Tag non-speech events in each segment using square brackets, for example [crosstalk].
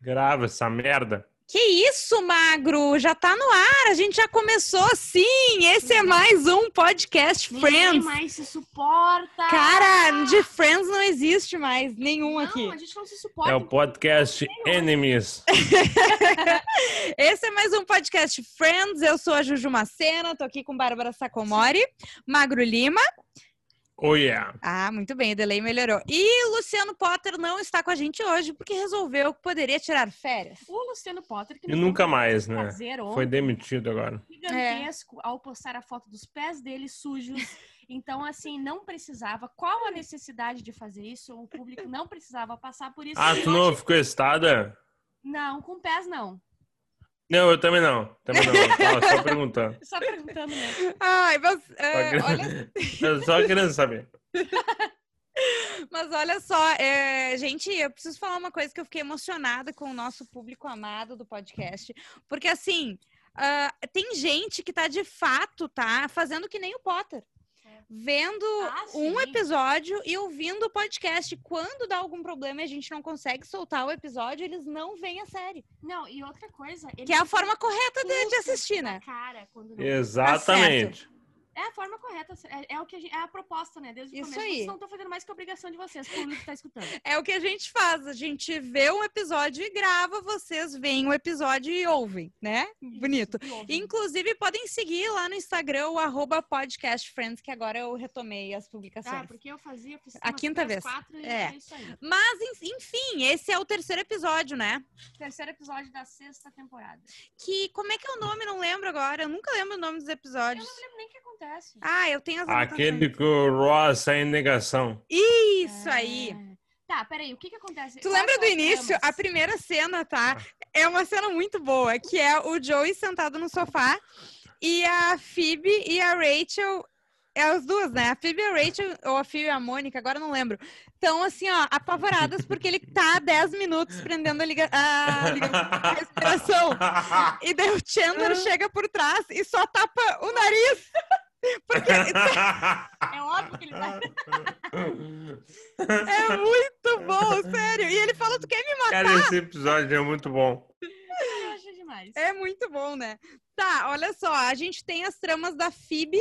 Grava essa merda. Que isso, Magro? Já tá no ar, a gente já começou sim. Esse é mais um podcast Ninguém Friends. mais se suporta. Cara, de Friends não existe mais nenhum não, aqui. a gente não se suporta. É o podcast um [laughs] Enemies. Esse é mais um podcast Friends. Eu sou a Juju Macena, tô aqui com Bárbara Sacomori, Magro Lima. Oh yeah. Ah, muito bem, o delay melhorou. E o Luciano Potter não está com a gente hoje porque resolveu que poderia tirar férias. O Luciano Potter, que E não nunca tem mais, o que né? fazer Foi ontem, demitido agora. gigantesco ao postar a foto dos pés [laughs] dele sujos. Então, assim, não precisava. Qual a necessidade de fazer isso? O público não precisava passar por isso. Ah, E tu hoje- não ficou estada? Não, com pés não. Não, eu também não. Também não. Eu tava só perguntando. Só perguntando mesmo. Ai, mas, Só [laughs] é, querendo- olha [laughs] Tá Eu só querendo saber. Mas olha só, é, gente, eu preciso falar uma coisa que eu fiquei emocionada com o nosso público amado do podcast, porque assim, ah, tem gente que tá de fato, tá, fazendo que nem o Potter. Vendo Ah, um sim. episódio e ouvindo o podcast. Quando dá algum problema e a gente não consegue soltar o episódio, eles não veem a série. Não, e outra coisa. ele Que é a fica forma correta de, de puto assistir, da né? Cara, quando É. não Exatamente. É a forma correta, é, é o que a, gente, é a proposta, né? Desde o Isso começo, aí. vocês não estão fazendo mais que a obrigação de vocês, público que tá escutando. É o que a gente faz. A gente vê um episódio e grava, vocês veem o episódio e ouvem, né? Bonito. Isso, ouve. Inclusive, podem seguir lá no Instagram, o arroba podcastfriends, que agora eu retomei as Ah, publicações. porque eu fazia, fiz A umas quinta vez. três, quatro e É. é isso aí. Mas, en- enfim, esse é o terceiro episódio, né? Terceiro episódio da sexta temporada. Que, como é que é o nome? Não lembro agora. Eu nunca lembro o nome dos Eu episódios. não lembro nem o que acontece. Ah, eu tenho as anotações. Aquele que o Ross é em negação. Isso aí. É. Tá, peraí, o que que acontece? Tu Quais lembra são do as início? tramas? A primeira cena, tá? É uma cena muito boa, que é o Joey sentado no sofá e a Phoebe e a Rachel. É as duas, né? A Phoebe e a Rachel, ou a Phoebe e a Mônica, agora eu não lembro. Estão assim, ó, apavoradas porque ele tá há 10 minutos prendendo a, liga- a ligação, a respiração. E daí o Chandler chega por trás e só tapa o nariz. [laughs] Porque É óbvio que ele tá... é muito bom, sério. E ele fala, tu quer me matar? [laughs] Cara, esse episódio é muito bom. Eu acho demais. É muito bom, né? Tá, olha só, a gente tem as tramas da Phoebe,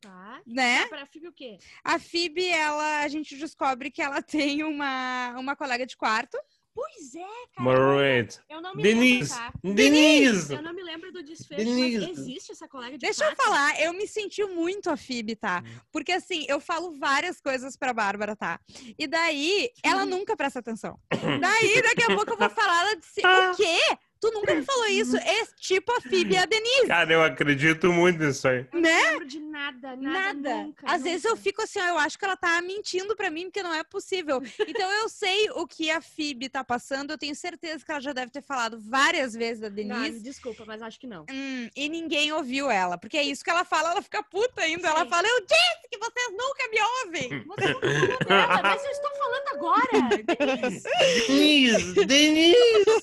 Tá. né? Ah, Pra Phoebe o quê? A Phoebe, ela, a gente descobre que ela [laughs] tem uma, uma colega de quarto. Pois é, cara. Marrate. Eu não me Denise! lembro, tá? Denise! Eu não me lembro do desfecho, Denise. mas existe essa colega de Deixa eu fato? falar, eu me senti muito a Phoebe, tá? Porque assim, eu falo várias coisas pra Bárbara, tá? E daí, ela nunca presta atenção. Daí, daqui a pouco eu vou falar, ela disse, o quê? Tu nunca me falou isso? Esse tipo a Phoebe e a Denise, Cara, eu acredito muito nisso aí. né? lembro de nada, nada, Nada. nunca. Às vezes eu nunca. fico assim, ó, eu acho que ela tá mentindo pra mim, porque não é [laughs] possível. Então eu sei o que a Phoebe tá passando, eu tenho certeza que ela já deve ter falado várias vezes da Não, Denise. desculpa, mas acho que não. Hum, e ninguém ouviu ela, porque é isso que ela fala, ela fica puta ainda. Ela Sim. fala, eu disse que vocês nunca me Hum. ouvem. Você não falou dela, mas eu estou [laughs] falando agora. Denise. Denise! Denise!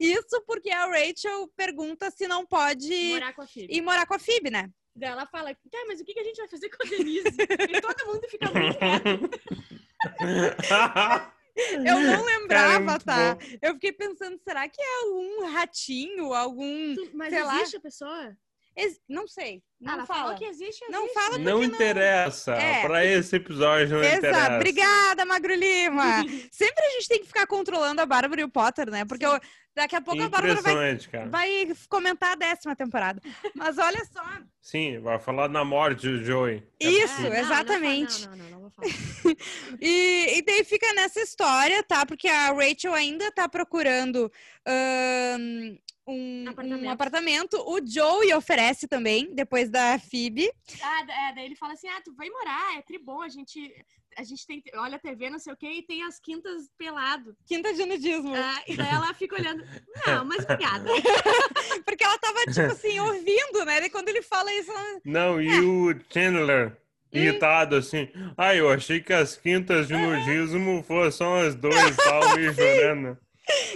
Isso porque a Rachel pergunta se não pode ir Morar com a Phoebe. ir morar com a Phoebe, né? Daí ela fala, tá, mas o que que a gente vai fazer com a Denise? E todo mundo fica muito quieto. Eu não [laughs] Cara, é lembrava, muito tá? bom. Eu fiquei pensando, será que é um ratinho, algum. Mas Sei lá. existe a pessoa? Ex- Não sei. Não Ah, ela fala. falou que existe, existe. Não fala Não porque não. interessa. É. Pra esse episódio não interessa. Exato. Obrigada, Magro [laughs] Lima. Sempre a gente tem que ficar controlando a Bárbara e o Potter, né? Porque Sim. eu- daqui a pouco a Bárbara vai, Impressionante, cara. vai comentar a décima temporada. Mas olha só, Sim, vai falar na morte do Joey. É Isso, é. não, não, possível. exatamente. Não, não, não, não, vou falar. e, e daí fica nessa história, tá? Porque a Rachel ainda tá procurando ahn, um, um apartamento. Apartamento. O Joey oferece também, depois da Phoebe. [laughs] Ah, da- é, daí ele fala assim, ah, tu vai morar, é tribom, a gente, a gente tem, olha a TV, não sei o quê, e tem as quintas pelado. Quinta de nudismo. Ah, e daí ela fica olhando, não, mas [laughs] obrigada. Porque ela tava, tipo assim, ouvindo, né? E quando ele fala isso, ela Não, É. e o Chandler irritado assim. Ah, eu achei que as quintas de É. nudismo fossem as duas, tal, [laughs] me chorando.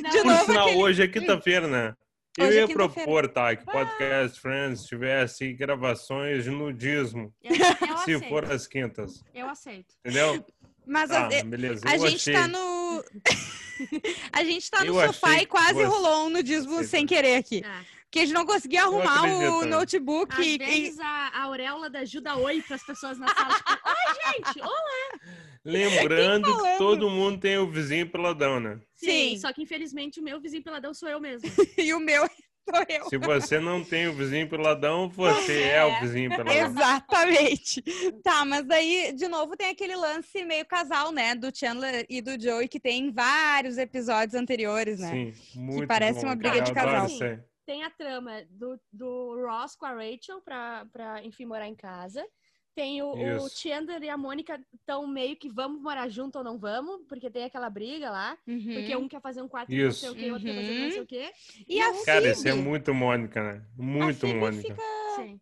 Não, De Por novo sinal, aquele- hoje é quinta-feira, né? Eu Hoje é ia quinta-feira. Ah. propor, tá, que Podcast Friends tivesse gravações de nudismo, eu, [laughs] Ah, eu se aceito, for as quintas, eu aceito. entendeu? Mas Ah, as- beleza, a eu gente achei. tá no. [laughs] A gente tá no Eu sofá achei e quase que você- rolou um nudismo você- tá- sem querer aqui. Ah, Porque a gente não conseguia arrumar o acredito. né? notebook. às e- vezes a, a auréola da ajuda oi pras pessoas na sala. Tipo, oi, gente! Oi! Lembrando Quem falando? que todo mundo tem o vizinho peladão, né? Sim. Só que infelizmente o meu vizinho peladão sou [laughs] eu mesmo. [laughs] E, o meu sou eu. Se você não tem o vizinho peladão, você é, o vizinho peladão. Exatamente. Tá, mas daí, de novo, tem aquele lance meio casal, né? Do Chandler e do Joey, que tem em vários episódios anteriores, né? Sim, muito parece bom, cara. uma briga de Eu adoro casal. isso aí. Tem a trama do, do Ross com a Rachel pra, pra enfim, morar em casa. Tem o, o Isso. Chandler e a Mônica estão meio que vamos morar junto ou não vamos, porque tem aquela briga lá. Uhum. Porque um quer fazer um quarto Isso. e não sei o que, o outro quer fazer Uhum. não sei o quê. E a Não, Cara, Phoebe? isso é muito Mônica, né? Muito a Phoebe Mônica. fica- Sim.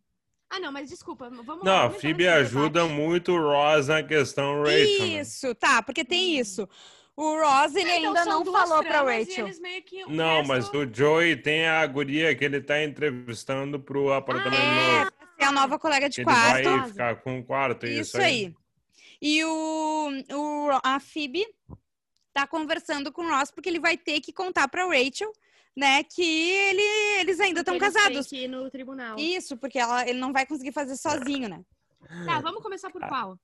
Ah, não, mas desculpa, vamos lá, Não, a vamos entrar Phoebe nesse ajuda um- debate. muito o Ross na questão Rachel. né? Isso, tá, porque tem isso. O Ross, ele Hum. Então, ainda são não duas falou pra tramas e Rachel. eles meio que o Não, resto- mas o Joey tem a guria que ele tá entrevistando pro apartamento É, novo. pra ser a nova colega que de Ele quarto. vai ficar com o quarto. Isso aí. E o, o Ro- a Phoebe tá conversando com o Ross porque ele vai ter que contar pra Rachel, né, que ele, eles ainda estão Porque eles casados. têm que ir no tribunal. Isso, porque ela, ele não vai conseguir fazer sozinho, né? Tá, vamos começar por Ah. qual?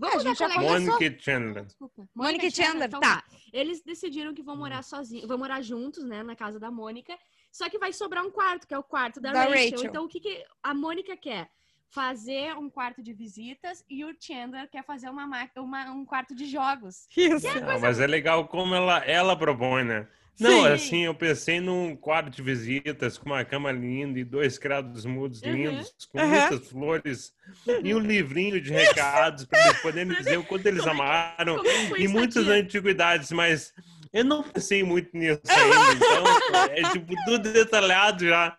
a Vamos é gente dar já colega Mônica e Chandler. Desculpa. Mônica e Chandler, então tá. Eles decidiram que vão Hum. morar sozinhos, vão morar juntos, né, na casa da Mônica. Só que vai sobrar um quarto, que é o quarto da, Da Rachel. Rachel. Então o que, que a Mônica quer? Fazer um quarto de visitas e o Chandler quer fazer uma, ma- uma- um quarto de jogos. Isso. Não, mas é legal como ela, ela propõe, né? Não, Sim. assim, eu pensei num quarto de visitas com uma cama linda e dois criados mudos Uhum. lindos, com Aham. muitas flores e um livrinho de recados para eles poderem dizer o quanto eles Como é que- amaram. Como é que foi e isso muitas aqui? antiguidades, mas eu não pensei muito nisso ainda. Então, é tipo tudo detalhado já.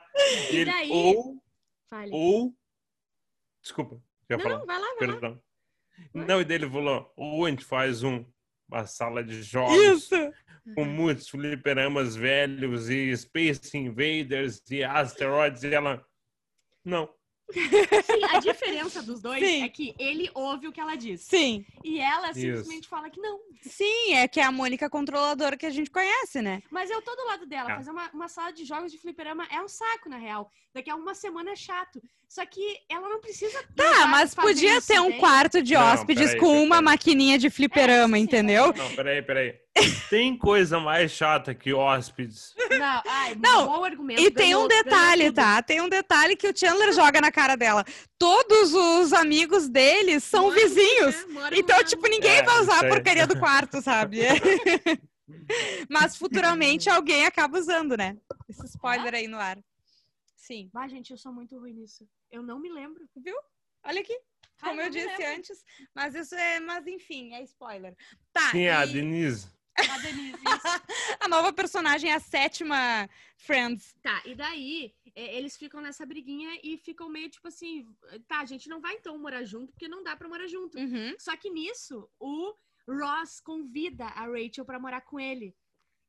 E Ele- daí- ou, Fale. ou. Desculpa, já Não, falou. não, vai lá, vai lá. Perdão. Vai. Não, e dele falou: ou a gente faz um, uma sala de jogos Isso. com muitos fliperamas velhos e Space Invaders e asteroides, e ela. Não. Sim, a diferença dos dois Sim. é que ele ouve o que ela diz. Sim. E ela Isso. simplesmente fala que não. Sim, é que é a Mônica controladora que a gente conhece, né? Mas eu tô do lado dela. Ah. Fazer uma, uma sala de jogos de fliperama é um saco, na real. Daqui a uma semana é chato. Só que ela não precisa. Tá, mas podia ter né? um quarto de Não, hóspedes peraí, com peraí. uma maquininha de fliperama, É, sim, entendeu? Não, peraí, [laughs] peraí. Tem coisa mais chata que hóspedes. Não, ai, Não, bom argumento. E tem ganhou- um ganhou detalhe, tudo. tá? Tem um detalhe que o Chandler joga na cara dela. Todos os amigos dele são Moram, vizinhos. né? Moram Então, na- tipo, ninguém É, vai usar isso a aí. porcaria do [laughs] quarto, sabe? [laughs] Mas futuramente alguém acaba usando, né? Esse spoiler aí no ar. Sim. Vai, gente, eu sou muito ruim nisso. Eu não me lembro. Olha aqui, Ai, como eu não me disse lembro. antes. Mas isso é. Mas enfim, é spoiler. Tá. Sim, é e a Denise. A [laughs] Denise. isso. a nova personagem é a sétima Friends. tá, e daí é, eles ficam nessa briguinha e ficam meio tipo assim: tá, a gente não vai então morar junto porque não dá pra morar junto. Uhum. Só que nisso, o Ross convida a Rachel pra morar com ele.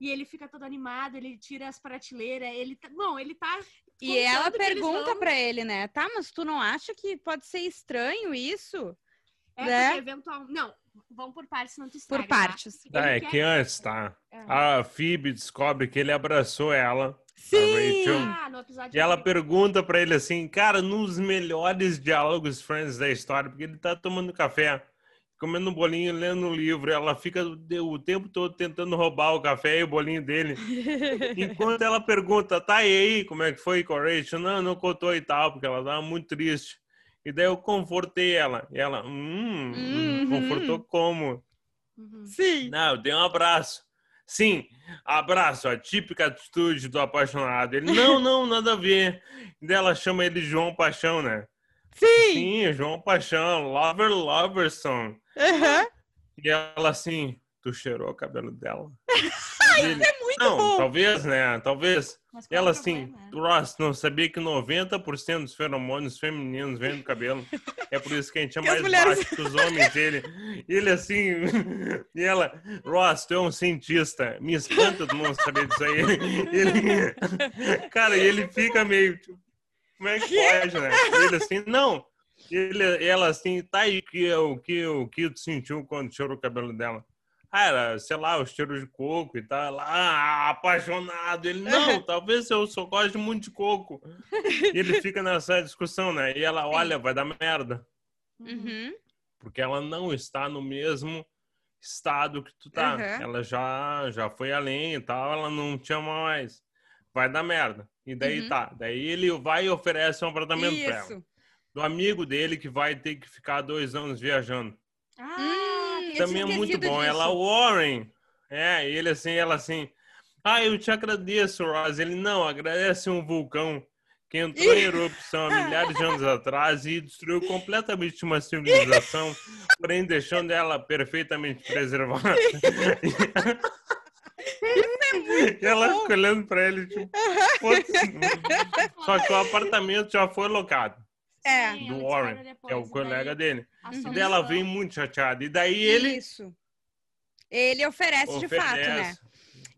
E ele fica todo animado, ele tira as prateleiras, ele tá... Bom, ele tá... E ela contando que eles pergunta vão- pra ele, né? Tá, mas tu não acha que pode ser estranho isso? É, Né? porque eventual... Não, vão por partes, senão tu estraga, Por tá? partes. Ele Ah, é quer- que antes, tá? É. A Phoebe descobre que ele abraçou ela. Rachel. Ah, no episódio... E ela anterior. pergunta pra ele assim, cara, nos melhores diálogos Friends da história, porque ele tá tomando café, comendo um bolinho, lendo um livro, ela fica o tempo todo tentando roubar o café e o bolinho dele. Enquanto ela pergunta, tá e aí, como é que foi com a Rachel? Não, não contou e tal, porque ela tava muito triste. E daí eu confortei ela. E ela, hum, Uhum. confortou como? Uhum. Sim. Não, eu dei um abraço. Sim, abraço, a típica atitude do apaixonado. Ele, [laughs] não, não, nada a ver. E daí ela chama ele de João Paixão, né? Sim. Sim, João Paixão, Lover Loverson. Aham. E ela assim, tu cheirou o cabelo dela. [laughs] E ele, É muito não, bom. talvez, né? Talvez. Mas qual é o Ela assim, problema? Ross, não sabia que 90% dos feromônios femininos vêm do cabelo. É por isso que a gente [laughs] é Que as mais mulheres- baixo que os homens. Ele, ele assim, [laughs] e ela, Ross, tu é um cientista. Me espanta tu não saber disso aí. [laughs] Ele, cara, e ele fica meio, tipo, como é que pode, né? Ele assim, não. é Ele, ela assim, tá aí que, o, que, o que tu sentiu quando cheirou o cabelo dela. Ah, era, sei lá, os cheiros de coco e tal. Ela, ah, apaixonado. Ele, não, talvez eu só goste muito de coco. E ele fica nessa discussão, né? E ela, olha, vai dar merda. Uhum. Porque ela não está no mesmo estado que tu tá. Uhum. Ela já, já foi além e tal, ela não te ama mais. Vai dar merda. E daí Uhum. tá. Daí ele vai e oferece um apartamento pra ela. Isso. Do amigo dele que vai ter que ficar dois anos viajando. Ah, Hum, eu tinha Também é muito esquecido bom. disso. Ela, Warren. É, e ele assim, ela assim. Ah, eu te agradeço, Ross. Ele não, agradece um vulcão que entrou em erupção [laughs] há milhares de anos atrás e destruiu completamente uma civilização, porém deixando ela perfeitamente preservada. [laughs] é e ela bom. fica olhando pra ele, tipo, "Putz." [laughs] só que o apartamento já foi locado, É. Sim, do eles Warren, foram que é o depois, e colega daí dele. a E solução- dela vem muito chateada. E daí ele Isso. Ele oferece, de fato, né? Oferece.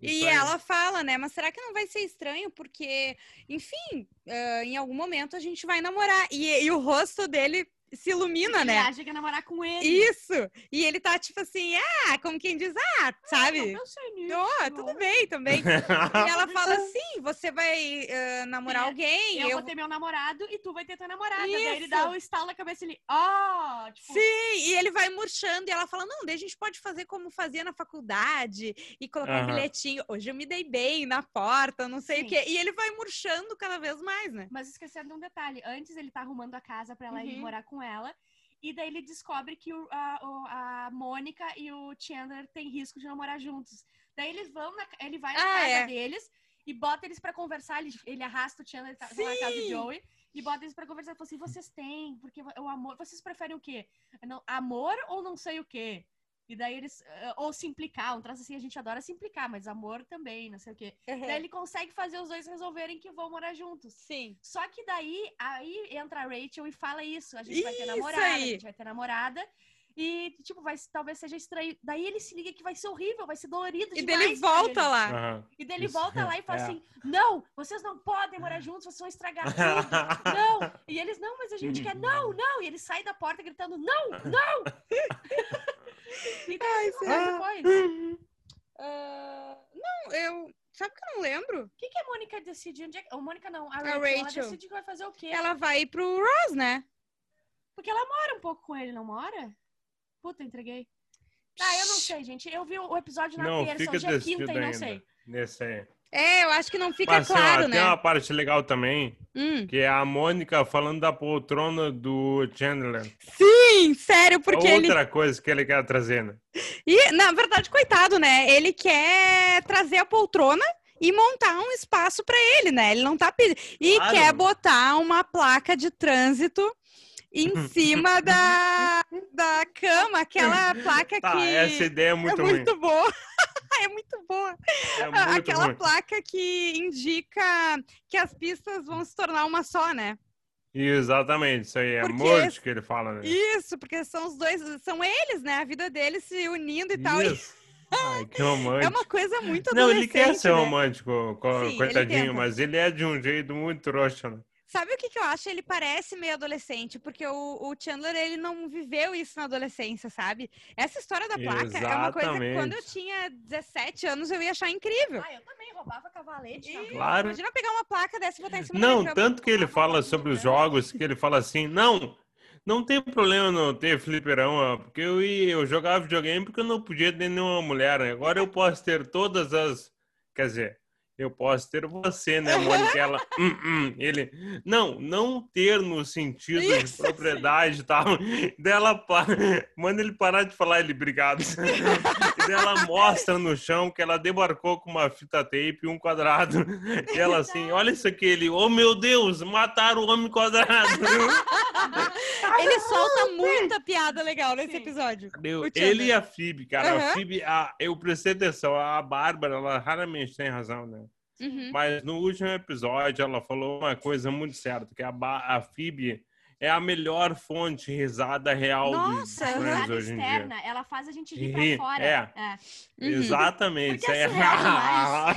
Isso E aí. ela fala, né? Mas será que não vai ser estranho? Porque, enfim, ah, em algum momento a gente vai namorar. E, e o rosto dele se ilumina, Ele né? acha que ia "Ah, namorar com ele. Isso! E ele tá tipo assim, ah, como quem diz, ah, sabe? Eu sei né? nisso. Oh, tudo bem também. E ela fala assim: você vai ah, namorar É, alguém? Eu, Eu, vou ter meu namorado e tu vai ter tua namorada. Daí ele Isso. dá o estalo na cabeça e ele, ó, tipo, Sim, e ele vai murchando e ela fala: não, daí a gente pode fazer como fazia na faculdade e colocar um Aham. bilhetinho. Hoje eu me dei bem na porta, não sei Sim. o quê. E ele vai murchando cada vez mais, né? Mas esquecendo de um detalhe. Antes ele tá arrumando a casa pra ela ir Uhum. morar com ela. E daí ele descobre que o- a, o- a Mônica e o Chandler têm risco de namorar juntos. Daí eles vão na, ele vai na Ah, casa é. deles e bota eles pra conversar. Ele, ele arrasta o Chandler tá, na casa do Sim. Joey. E bota eles pra conversar. Ele Fala assim, vocês têm, porque o amor... Vocês preferem o quê? Não- amor ou não sei o quê? E daí eles... eh, Ou se implicar. Um troço assim, a gente adora se implicar. Mas amor também, não sei o quê. É. Daí ele consegue fazer os dois resolverem que vão morar juntos. Sim. Só que daí, aí entra a Rachel e fala isso. A gente vai ter Isso namorada, a aí. gente vai ter namorada. E, tipo, vai, talvez seja estranho. Daí ele se liga que vai ser horrível, vai ser dolorido E daí demais tá, ele pra volta ele. lá. Aham. E daí ele Isso. volta lá e fala É. assim, não, vocês não podem morar É. juntos, vocês vão estragar [laughs] tudo. Não! E eles, não, mas a gente quer, Uhum. não, não! E ele sai da porta gritando, não, [laughs] não! e daí isso será? depois. Ah, não, eu. Sabe que eu não lembro? O que, que a Mônica decide? Onde é... que- Ou Mônica não, a Rachel, ela Rachel. decide que vai fazer o quê? Ela vai pro Ross, né? Porque ela mora um pouco com ele, não mora? Puta, entreguei. Ah, eu não sei, gente. Eu vi o episódio [laughs] na Não, terça, fica hoje é quinta decidido e não ainda. sei. Nesse aí. É, eu acho que não fica Mas, assim, ó, claro, Tem né? uma parte legal também, Hum. que é a Mônica falando da poltrona do Chandler. Sim, sério, porque é ele. outra coisa que ele quer trazer, né? E, na verdade, coitado, né? Ele quer trazer a poltrona e montar um espaço pra ele, né? Ele não tá pedindo. E Claro. quer botar uma placa de trânsito Uhum. em [laughs] cima da, da cama, aquela placa Tá, que essa ideia é é muito, ruim. muito boa. [laughs] é muito boa. [laughs] É muito aquela ruim. placa que indica que as pistas vão se tornar uma só, né? Exatamente, isso aí é Porque morte que ele fala, né? Isso, porque são os dois, são eles, né? A vida deles se unindo e tal. E Isso. Ai, que romântico. [laughs] é uma coisa muito Não, ele quer adolescente, ser um né? romântico, co- Sim, ele coitadinho, tenta. mas ele é de um jeito muito trouxa, né? Sabe o que, que eu acho? Ele parece meio adolescente, porque o, o Chandler, ele não viveu isso na adolescência, sabe? Essa história da placa é uma coisa que quando eu Exatamente. tinha 17 anos eu ia achar incrível. [laughs] Ah, eu também roubava cavalete. Ih, Na... Claro. Imagina pegar uma placa dessa e botar em cima da Não, minha cama. tanto que ele fala sobre os jogos, que ele fala assim, não, não tem problema não ter fliperão, ó, porque eu, ia- eu jogava videogame porque eu não podia ter nenhuma mulher, né? agora eu posso ter todas as, quer dizer, eu posso ter você, né, Mônica? Ela, "Hum, hum." ele, não, não ter no sentido de propriedade e tal. [laughs] Daí ela pa- manda ele parar de falar, ele, obrigado. [laughs] E daí ela mostra no chão que ela debarcou com uma fita tape e um quadrado. E ela assim, olha isso aqui. Ele, oh meu Deus, mataram o homem quadrado. Ele solta muita piada legal nesse Sim. episódio. Deu- O Chandler. Ele e a Phoebe, cara. Aham. A Phoebe, a- eu prestei atenção. A Bárbara, ela raramente tem razão, né? Uhum. Mas no último episódio, ela falou uma coisa muito certa, que a, Ba- a Phoebe é a melhor fonte de risada real dos Nossa, é Friends risada hoje em dia. externa, ela faz a gente rir Rir, pra fora. é. Uhum. Exatamente. isso Porque aí assim, é demais.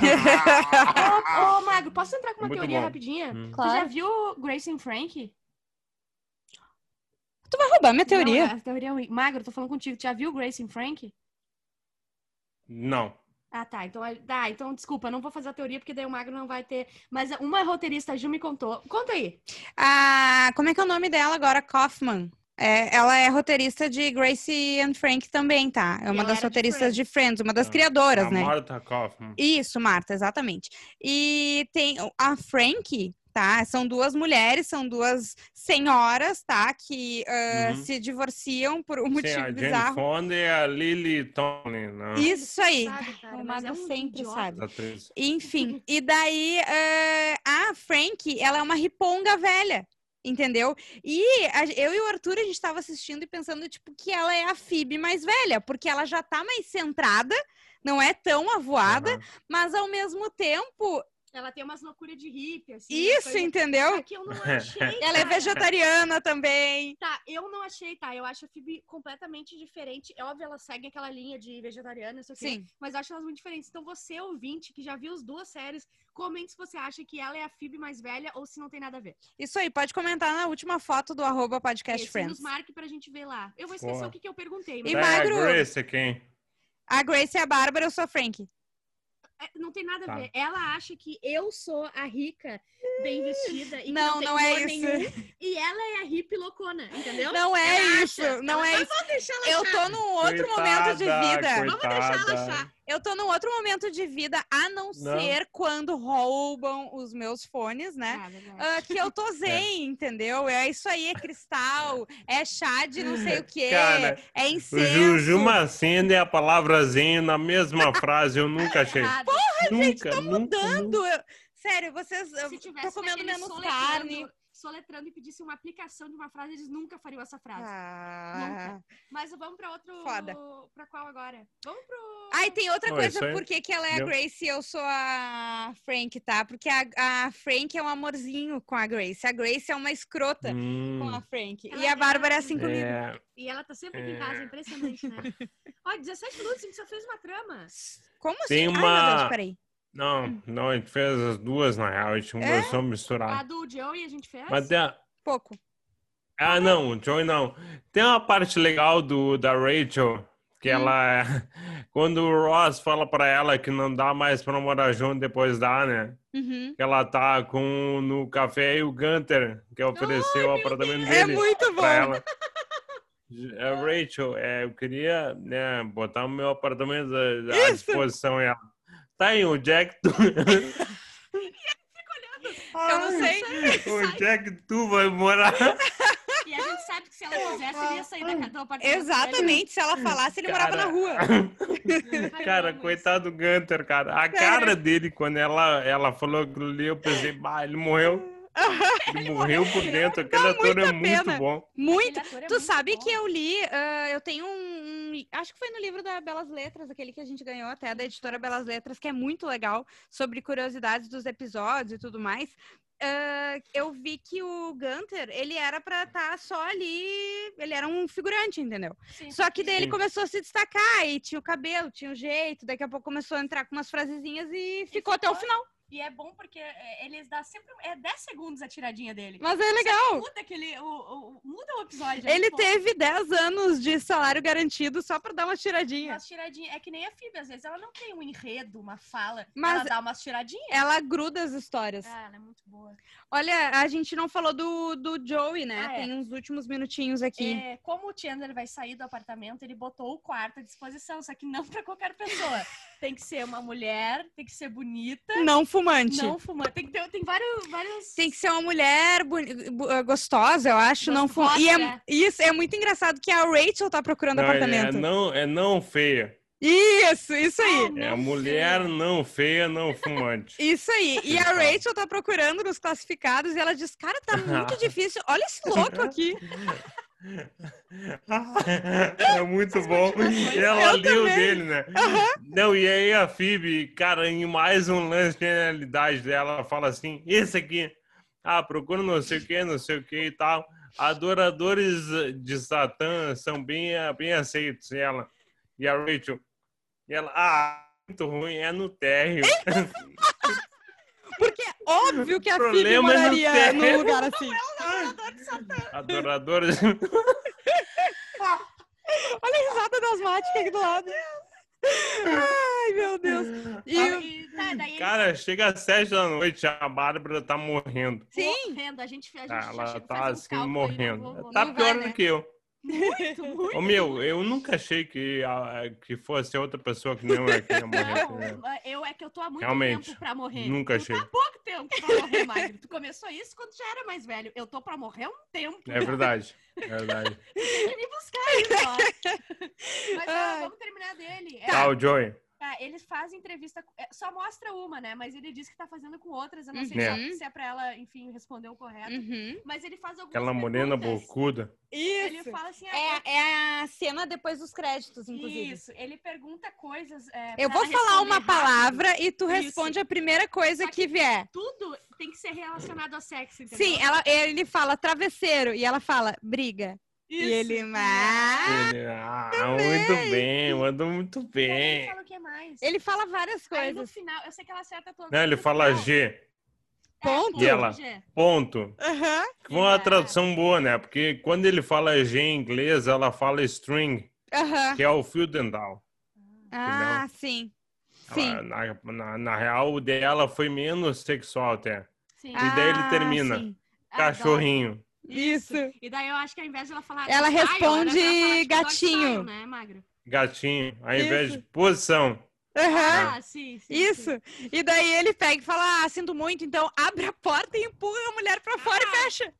é... [laughs] Ô, ô, Mago, posso entrar com uma Muito teoria bom. rapidinha? [laughs] Hum. Tu já Claro. viu Grace and Frank? Tu vai roubar minha teoria. é. Não, a teoria é ruim. Magro, tô falando contigo. Tu já viu Grace and Frank? Não. Ah, tá. Então, é- tá, então desculpa, não vou fazer a teoria porque daí o Magro não vai ter. Mas uma roteirista, a Ju me contou. Conta aí. Ah, como é que é o nome dela agora? Kaufman. É, ela é roteirista de Gracie and Frank também, tá? É ela uma era das de roteiristas Friends. de Friends, uma das Ah, criadoras, a né? Marta Kaufman. Isso, Marta, exatamente. E tem a Frank, tá? São duas mulheres, são duas senhoras, tá? Que ah, Uhum. se divorciam por um Sim, motivo a Jane bizarro. Fonda e a Lily Tomlin, né? Isso aí. Sabe, cara, O mas Magro um sempre idiota. sabe. As atrizes. Enfim, e daí eh, a Frank, ela é uma riponga velha, entendeu? E a- eu e o Arthur, a gente tava assistindo e pensando, tipo, que ela é a Phoebe mais velha, porque ela já tá mais centrada, não é tão avoada, Aham. mas ao mesmo tempo, Ela tem umas loucuras de hippie, assim. uma isso, coisa- Só entendeu? que eu não achei. [laughs] Ela [laughs] é cara. vegetariana também. Tá, eu não achei, tá? Eu acho a Phoebe completamente diferente. É óbvio, ela segue aquela linha de vegetariana, isso aqui. Sim. Mas eu acho elas muito diferentes. Então, você, ouvinte, que já viu as duas séries, comente se você acha que ela é a Phoebe mais velha ou se não tem nada a ver. Isso aí, pode comentar na última foto do arroba podcast Esse é um friends. nos marque pra gente ver lá. Eu vou esquecer Boa. o que, que eu perguntei. E Daí a Magro? Grace é quem? A Grace é a Bárbara, eu sou a Frank. É, Não tem nada a Tá. ver. Ela acha que eu sou a rica, bem vestida. E que Não, não, tem não é humor isso. nenhum, e ela é a hippie loucona, [laughs] entendeu? Não é Ela isso, acha. não Ela- é Mas isso. Vamos deixar ela Eu achar. tô num outro momento de Coitada, vida. coitada. Vamos deixar ela achar. Eu tô num outro momento de vida, a não, ser quando roubam os meus fones, né? Ah, verdade. Ah, que eu [laughs] É. tô zen, entendeu? É isso aí, é cristal, é chá de não sei o quê, Cara, é O incenso. Juju Macena e a palavrazinha na mesma frase, eu nunca achei. Errado. nunca, nunca, nunca. Mudando, eu- Sério, vocês... eu Se tivesse tô comendo aquele menos soletrando- carne. Soletrando e pedisse uma aplicação de uma frase, eles nunca fariam essa frase. Ah. Mas vamos pra outro. Foda. Pra qual agora? Vamos pro. Ai, tem outra Não, coisa, isso aí- por que que ela é a Deu. Grace e eu sou a Frank, tá? Porque a, a Frank é um amorzinho com a Grace, a Grace é uma escrota com a Hum, Frank. Ela e é- a Bárbara é assim comigo. é, E ela tá sempre aqui em casa, É. impressionante, [laughs] né? Ó, 17 minutos, a gente só fez uma trama. Como assim? Tem Ai, meu uma- Deus, peraí. não, não, a gente fez as duas na real, a gente começou a A misturar. do Joey a gente fez? Ah. Mas tem a- Pouco. Ah, não, o Joey não. Tem uma parte legal do, da Rachel, que ela. é, [laughs] Quando o Ross fala pra ela que não dá mais pra morar junto depois dá, né? Uhum. Que ela tá com no café e o Gunter, que ofereceu o apartamento É dele muito bom. pra [laughs] ela. É, Rachel, é, eu queria né, botar o meu apartamento à, à Isso. disposição. E ela, tá aí, o Jack, tu, [laughs] Eu não sei. o Jack, tu vai morar. E a gente sabe que se ela quisesse, ele ia sair da casa do apartamento. Ah. Exatamente, se ela falasse, ele morava na Cara, rua. dele. Ai, eu Cara, amo coitado do Gunter, cara. A cara dele, quando ela, ela falou aquilo ali, eu pensei, bah, ele [laughs] morreu. Ele morreu por dentro. Aquele ator é pena. muito bom. isso. Muito. Aquele ator é Tu muito sabe bom. que eu li, ah, eu tenho um, um- Acho que foi no livro da Belas Letras, aquele que a gente ganhou até da editora Belas Letras, que é muito legal, sobre curiosidades dos episódios e tudo mais. Ah, eu vi que o Gunter, ele era pra estar só ali. Ele era um figurante, entendeu? Sim. Só que daí ele Sim. começou a se destacar e tinha o cabelo, tinha o jeito, daqui a pouco começou a entrar com umas frasezinhas e ficou até o ficou. final. E é bom porque é, eles dão sempre. É 10 segundos a tiradinha dele. Mas é legal. Muda aquele. O, o- muda o episódio. é Ele muito bom. teve 10 anos de salário garantido só pra dar uma tiradinha. Umas tiradinhas. É que nem a Phoebe, às vezes ela não tem um enredo, uma fala. Mas- Ela dá umas tiradinhas. Ela gruda as histórias. Ah, ela é muito boa. Olha, a gente não falou do, do Joey, né? Ah, é. Tem uns últimos minutinhos aqui. É, como o Chandler vai sair do apartamento, ele botou o quarto à disposição, só que não pra qualquer [laughs] pessoa. tem que ser uma mulher, tem que ser bonita, Não fumante. É. não fumar. Tem que ter tem vários, vários Tem que ser uma mulher boni- bu- eh, gostosa, eu acho, não fuma. Gostosa, E é- né? isso é muito engraçado que a Rachel tá procurando Não, é, é apartamento. não, é não feia. Isso, isso aí. Ah, É Não mulher feia. não feia, não [laughs] fumante. Isso aí. E a [laughs] Então. Rachel tá procurando nos classificados e ela diz: Cara, [laughs] tá muito difícil. Olha esse louco aqui. Ah. [laughs] É muito bom. E ela Eu leu também. dele, né? Não, e aí a Phoebe, cara, em mais um lance de genialidade dela, ela fala assim: esse aqui, ah, procura não sei o que, não sei o que e tal. Adoradores de Satã são bem, bem aceitos. E ela, e a Rachel, e ela, ah, muito ruim, é no térreo. Porque é óbvio que a Phoebe Problema não moraria tem. num lugar assim. Adoradores. Olha a risada das Mati aqui do lado. Ai, meu Deus. E Fala- o- e, tá, daí ele Cara, chega às sete da noite, a Bárbara tá morrendo. Sim. morrendo. A gente, a gente já Ela chega- tá faz um assim, cálculo aí, não vou- morrendo. vou- Tá não vai, pior né? do que eu. Muito, muito. Ô, meu, eu nunca achei que, a- que fosse outra pessoa que não é que ia morrer. né? Não, eu é que eu tô há muito Realmente. tempo pra morrer. Nunca Tu achei. Tá há pouco tempo pra morrer, Magno. Tu começou isso quando já era mais velho. Eu tô pra morrer há um tempo. É verdade. É [laughs] verdade. Tem que me buscar aí, ó. Mas ah, Ai. vamos terminar dele. É, Tá, o Joey. tá, eles fazem entrevista, com- é, só mostra uma, né? Mas ele diz que tá fazendo com outras. Eu não sei Uhum. se- se é pra ela, enfim, responder o correto. Uhum. Mas ele faz algumas Aquela morena perguntas. bocuda. Ele Isso. fala assim... ah, eu- É, é a cena depois dos créditos, inclusive. Isso, ele pergunta coisas. é, Eu pra vou ela falar responder uma rápido. palavra e tu Isso. responde a primeira coisa Só que que- vier. Tudo tem que ser relacionado a sexo, entendeu? Sim, ela, ele fala travesseiro e ela fala briga. Isso. E ele, mas... Ele, ah, muito bem, mandou muito E aí é. Ele bem. fala o que mais? Ele fala várias Aí no coisas. final, eu sei que ela acerta todas. Não, mas ele no fala final- G, É, Ponto. E ela? G. ponto. Aham. Que Foi uma É. tradução boa, né? Porque quando ele fala G em inglês, ela fala string, Aham. que é o fio dental. Ah, sim. Sim. Ela- na, na, na real, o dela foi menos sexual até. Sim. E daí ele Ah, termina. sim. Adoro. Cachorrinho. Isso. E daí eu acho que ao invés de ela falar. Ela style, responde era pra falar, tipo, gatinho. style, né, magro? Gatinho, ao invés Isso. de posição. É. Aham. Ah, sim, sim. Isso. sim. E daí ele pega e fala: Ah, sinto muito, então abre a porta e empurra a mulher pra fora e fecha.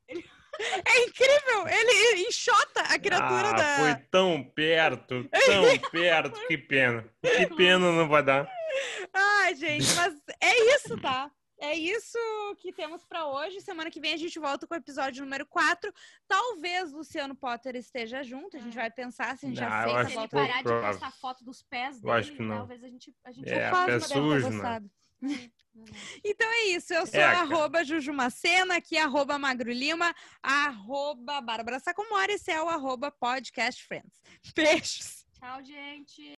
É incrível! Ele enxota a criatura ah, da. foi tão perto, tão perto, que pena. Que pena não vai dar. Ai, gente, mas é isso, tá? É isso que temos pra hoje. Semana que vem a gente volta com o episódio número 4. Talvez Luciano Potter esteja junto. A gente vai pensar se a gente Não, eu já Se acho fez a ele pouco volta. parar de provável. postar foto dos pés dele, Eu acho que não. talvez a gente. A gente É, Eu a faço, pé mas deve ter sujo, né? tá gostado. não- Então é isso. Eu sou É, cara. arroba Jujumacena, aqui é arroba Magro Lima, arroba Bárbara Sacomore, esse é o arroba Podcast Friends. Beijos! Tchau, gente.